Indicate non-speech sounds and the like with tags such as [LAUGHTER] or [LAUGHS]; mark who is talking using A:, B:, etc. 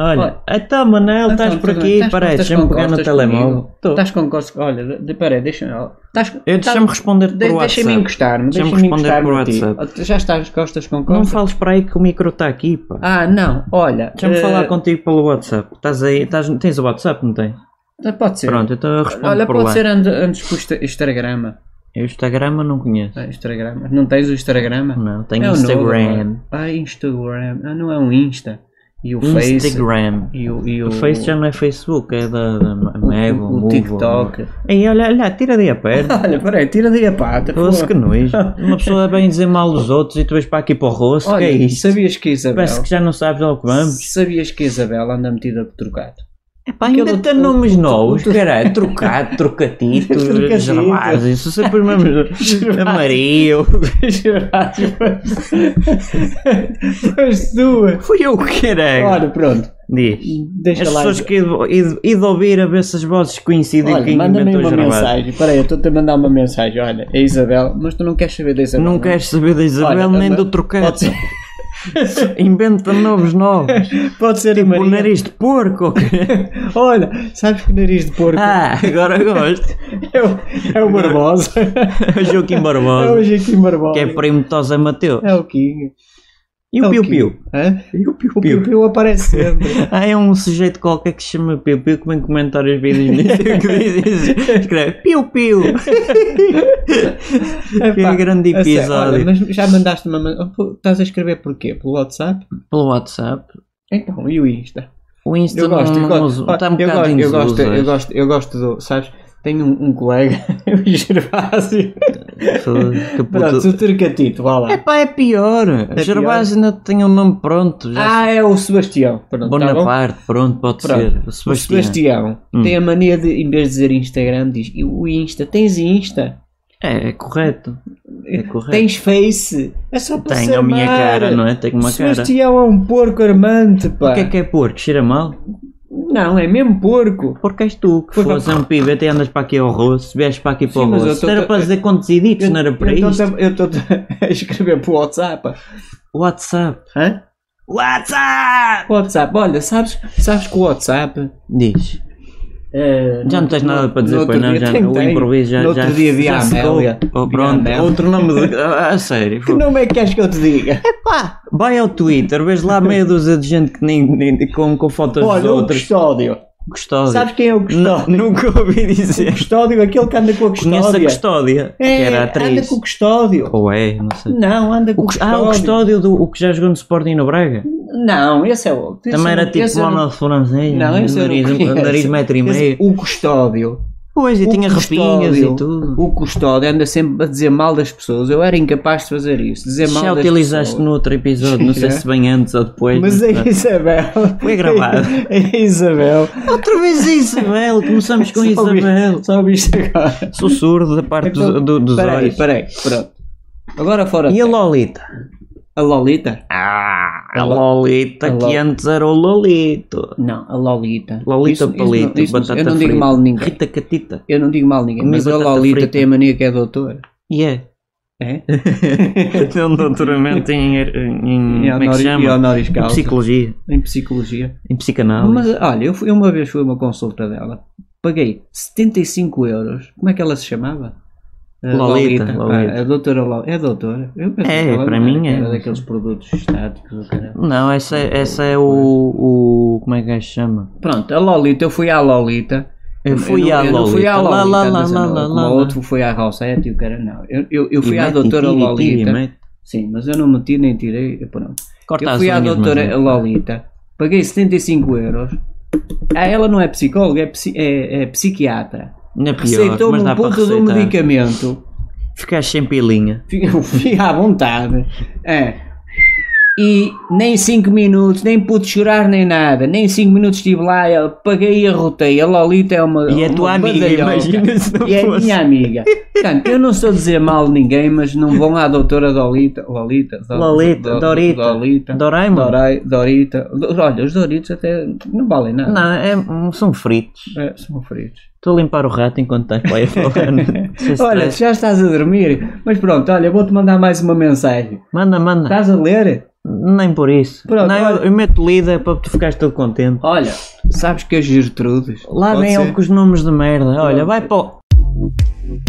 A: Olha, então Manel, estás por aqui, peraí, deixa-me pegar no telemóvel. Tô.
B: Estás com costas. Olha, de, peraí, deixa-me. Estás,
A: Eu deixa-me responder por WhatsApp.
B: Deixa-me encostar-me.
A: Deixa-me
B: Deixa-me
A: responder
B: encostar-me
A: por
B: a ti.
A: WhatsApp.
B: Oh, Já estás costas com
A: Não
B: costas?
A: fales para aí que o micro está aqui, pá.
B: Ah, não, olha.
A: Deixa-me
B: eh,
A: falar contigo pelo WhatsApp. Estás aí, estás, tens o WhatsApp, não tens?
B: Pode ser.
A: Pronto, então eu respondo
B: Olha,
A: por
B: pode
A: lá.
B: ser and- antes com o Insta- Instagrama.
A: Eu Instagram eu não conheço.
B: Ah, Instagrama. Não tens o Instagrama?
A: Não, tenho
B: É o novo
A: Instagram.
B: agora. Ah, Instagram. Ah, não é um Insta. E o Face.
A: Instagram.
B: E o, e o,
A: O Face já não é Facebook, é da, da
B: o,
A: Mego,
B: o, o
A: Google.
B: TikTok.
A: Ei, olha, olha, tira daí a [LAUGHS] perna.
B: Olha, peraí, tira daí a pata. por
A: Fosse
B: favor.
A: que nojo. [LAUGHS] Uma pessoa vem dizer mal dos outros e tu vais para aqui para o rosto. que
B: Olha,
A: é isto?
B: sabias que a Isabel.
A: Parece que já não sabes ao que vamos.
B: Sabias que a Isabel anda metida por trocado?
A: [LAUGHS] Epá, ainda
B: Aquele-
A: tem
B: o-
A: nomes
B: o-
A: novos.
B: o-
A: Caralho, trocado, trocatito,
B: [LAUGHS] Trocatito.
A: Gervásio. São sempre os mesmos.
B: Gervásio.
A: A
B: [LAUGHS]
A: Maria.
B: Jurado, pois- pois tua.
A: Foi eu que caralho.
B: Ora, pronto.
A: Diz.
B: Deixa
A: As
B: lá.
A: pessoas que e de ouvir a ver se as vozes coincidem com
B: Olha,
A: quem
B: manda-me
A: inventou
B: uma
A: Gervásio.
B: mensagem. Peraí, eu estou-te a mandar uma mensagem. Olha, é a Isabel, mas tu não queres saber da Isabel.
A: Não queres saber da Isabel
B: Olha,
A: nem
B: mas-
A: do trocado.
B: Pode ser,
A: Inventa novos novos.
B: pode ser a
A: Tipo, O
B: [LAUGHS] Maria.
A: nariz de porco. ou quê?
B: [LAUGHS] Olha, sabes que o nariz de porco
A: Ah, agora
B: [LAUGHS]
A: gosto.
B: é, o, é
A: [LAUGHS]
B: o Barbosa.
A: O Joaquim
B: é o
A: Barbosa.
B: Joaquim Barbosa.
A: Que é primo de Tosa Mateu.
B: É o King.
A: E o Piu Piu?
B: E o Piu Piu? O Piu Piu aparece sempre.
A: Ah, é um sujeito qualquer que se chama Piu Piu que vem comentar os vídeos
B: [LAUGHS]
A: no YouTube [LAUGHS] que diz isso. Escreve Piu Piu. Que
B: Epá,
A: grande
B: É a sério,
A: episódio.
B: olha, mas já mandaste uma. man- Oh, Estás a escrever porquê? Pelo WhatsApp?
A: Pelo WhatsApp.
B: Então, e o Insta?
A: O Insta
B: Eu
A: não,
B: gosto, eu
A: não
B: gosto.
A: uso-
B: Olha,
A: Está um
B: eu,
A: bocado
B: gosto,
A: em
B: eu,
A: desuso
B: gosto, eu,
A: hoje.
B: gosto, eu gosto do. Sabes? Tenho um, um colega, [LAUGHS] o Gervásio.
A: Foda-se, Que
B: Pronto, Ah.
A: puto.
B: o Turcatito, vá lá.
A: Epá, é pior. É Gervásio ainda tem o nome pronto. Já
B: Ah, é o Sebastião. Pronto, tá bom?
A: Bonaparte, pronto, pode
B: Pronto.
A: ser.
B: O
A: Sebastião.
B: Sebastião
A: Hum.
B: tem a mania de, em vez de dizer Instagram, diz "E o Insta. Tens Insta?
A: É, é correto. É correto.
B: Tens Face? É só para
A: Tenho a minha cara, não é? Tenho uma cara.
B: Sebastião é um porco armante, pá.
A: O que é que é porco? Cheira mal?
B: Não, é mesmo porco.
A: Porque és tu que
B: Pois
A: fores um pivete e andas para aqui ao rosto, vieste para aqui para
B: Sim,
A: o
B: mas eu
A: rosto.
B: tô-
A: Era para dizer quantos editos, não era para
B: eu
A: isto.
B: tô- Eu estou [LAUGHS] a escrever para o WhatsApp. pá.
A: WhatsApp.
B: Hã?
A: WhatsApp!
B: WhatsApp, olha, sabes, sabes que o WhatsApp.
A: Diz.
B: eh,
A: Já não tens
B: no-
A: nada para dizer,
B: no
A: pois
B: outro
A: não?
B: dia-
A: Já,
B: tenho,
A: o
B: tenho.
A: improviso já.
B: No outro
A: já-
B: dia vi
A: já
B: a
A: secou.
B: Amélia.
A: Oh,
B: Vi a
A: pronto,
B: Amélia.
A: outro nome de. Ah, A, a sério.
B: [LAUGHS] Que nome é que queres que eu te diga?
A: Pá, vai ao Twitter, vês lá meia dúzia de gente que nem, nem- com, com fotos dos
B: olha, o
A: outros.
B: Custódio.
A: Custódio.
B: Sabes quem é o
A: [LAUGHS] Não,
B: Custódio?
A: nunca ouvi
B: O
A: dizer.
B: Custódio, aquele que anda com a
A: Conheço a
B: Custódia.
A: Custódia, que
B: É,
A: era
B: anda
A: atriz.
B: com o Custódio.
A: Ou é, não sei.
B: Não, anda com
A: O
B: o
A: cus-
B: Custódio.
A: ah, o custódio do o que já jogou no Sporting no Braga?
B: Não, esse é o. esse
A: Também
B: eu
A: era
B: não-
A: tipo
B: esse eu
A: Ronaldo Francês,
B: Não,
A: nariz,
B: esse eu não
A: um
B: conheço.
A: nariz metro e
B: não- esse-
A: meio.
B: O Custódio.
A: Pois, e
B: o
A: tinha
B: custódio-
A: rapinhas e tudo.
B: O Custódio anda sempre a dizer mal das pessoas. Eu era incapaz de fazer isso. Dizer mal
A: Já
B: é das
A: utilizaste
B: pessoas.
A: no outro episódio, não
B: [LAUGHS]
A: sei
B: Já.
A: se bem antes ou depois.
B: Mas a
A: não sei.
B: Isabel.
A: Foi
B: [LAUGHS]
A: gravado.
B: A Isabel.
A: Outra vez a Isabel, começamos com a
B: [LAUGHS] Só ouviste-
A: Isabel.
B: Só ouviste agora.
A: Sou surdo da parte dos-
B: Então,
A: do- dos
B: peraí,
A: olhos.
B: Peraí, pronto. Agora fora.
A: E a
B: a,
A: Lolita?
B: Lolita?
A: Ah, a
B: A Lo-
A: Lolita
B: a Lo-
A: que antes era o Lolito.
B: Não, a Lolita.
A: Lolita
B: Isso- isso não-
A: Palito,
B: isso não-
A: batata
B: Eu não digo
A: frita.
B: mal de ninguém.
A: Rita Catita.
B: Eu não digo mal de ninguém.
A: Comi
B: Mas a
A: batata
B: Lolita
A: frita.
B: tem a mania que é doutora.
A: E é. [LAUGHS]
B: É?
A: Tem um doutoramento em. er- em-
B: E
A: como é que se
B: honori- E
A: chama?
B: honoris
A: Em
B: causa.
A: psicologia.
B: Em psicologia.
A: Em psicanálise.
B: Mas olha, eu fui, eu uma vez fui a uma consulta dela. Paguei 75 euros. Como é que ela se chamava? A
A: Lolita, Lolita.
B: Ah, a doutora Lolita. É a doutora. Eu pensei
A: É,
B: que ela
A: para
B: não
A: mim
B: era, que
A: é.
B: Era daqueles produtos estáticos. o caralho.
A: Não, essa, é- essa é o, o. Como é que é que se chama?
B: Pronto, a Lolita. Eu fui à Lolita.
A: Eu fui
B: não-
A: à
B: eu não fui
A: Lolita.
B: à
A: Lá,
B: Lolita.
A: lá, lá,
B: mas
A: lá,
B: não,
A: lá,
B: como
A: lá,
B: o
A: lá.
B: outro foi à Rosete e o cara não. Eu, eu, eu
A: E
B: fui à
A: mete,
B: doutora
A: e tira, e tira, e
B: Lolita.
A: mete.
B: Sim, mas eu não meti nem tirei. Pronto.
A: Corta
B: eu
A: as
B: fui à
A: unhas,
B: doutora
A: mas é. não.
B: Lolita, paguei 75 euros. Ah, ela não é psicóloga, é, psi- é- é psiquiatra.
A: Não é pior,
B: Receitou-me
A: mas dá
B: um
A: para
B: puto de um
A: receitar.
B: medicamento. [LAUGHS]
A: Ficaste sem pilinha.
B: Fiquei fiquei à vontade. É. E nem 5 minutos, nem pude chorar nem nada. Nem 5 minutos estive lá, eu paguei e arrotei. A Lolita é uma.
A: E é
B: uma
A: tua amiga,
B: badalhoca.
A: imagina se não
B: E é
A: fosse.
B: minha amiga. Portanto, eu não sou a dizer mal de ninguém, mas não vão à doutora Lolita. Lolita. Do-
A: Lolita,
B: do-
A: Dorita.
B: Lolita.
A: Doraemon.
B: Dorai- Dorita. Do- Olha, os Doritos até não valem nada.
A: Não, é, hum, são fritos.
B: É, são fritos.
A: Estou a limpar o rato enquanto estás [LAUGHS] para aí a falar. né? Sem
B: Olha,
A: stress.
B: já estás a dormir. Mas pronto, olha, vou-te mandar mais uma mensagem.
A: Manda, manda.
B: Estás a ler?
A: Nem por isso.
B: Pronto,
A: não, eu,
B: olha.
A: eu meto lida para tu ficares todo contente.
B: Olha, sabes que as Gertrudes.
A: Lá
C: Pode
A: vem
C: ser.
A: ele com os nomes de merda. Olha, vai para o.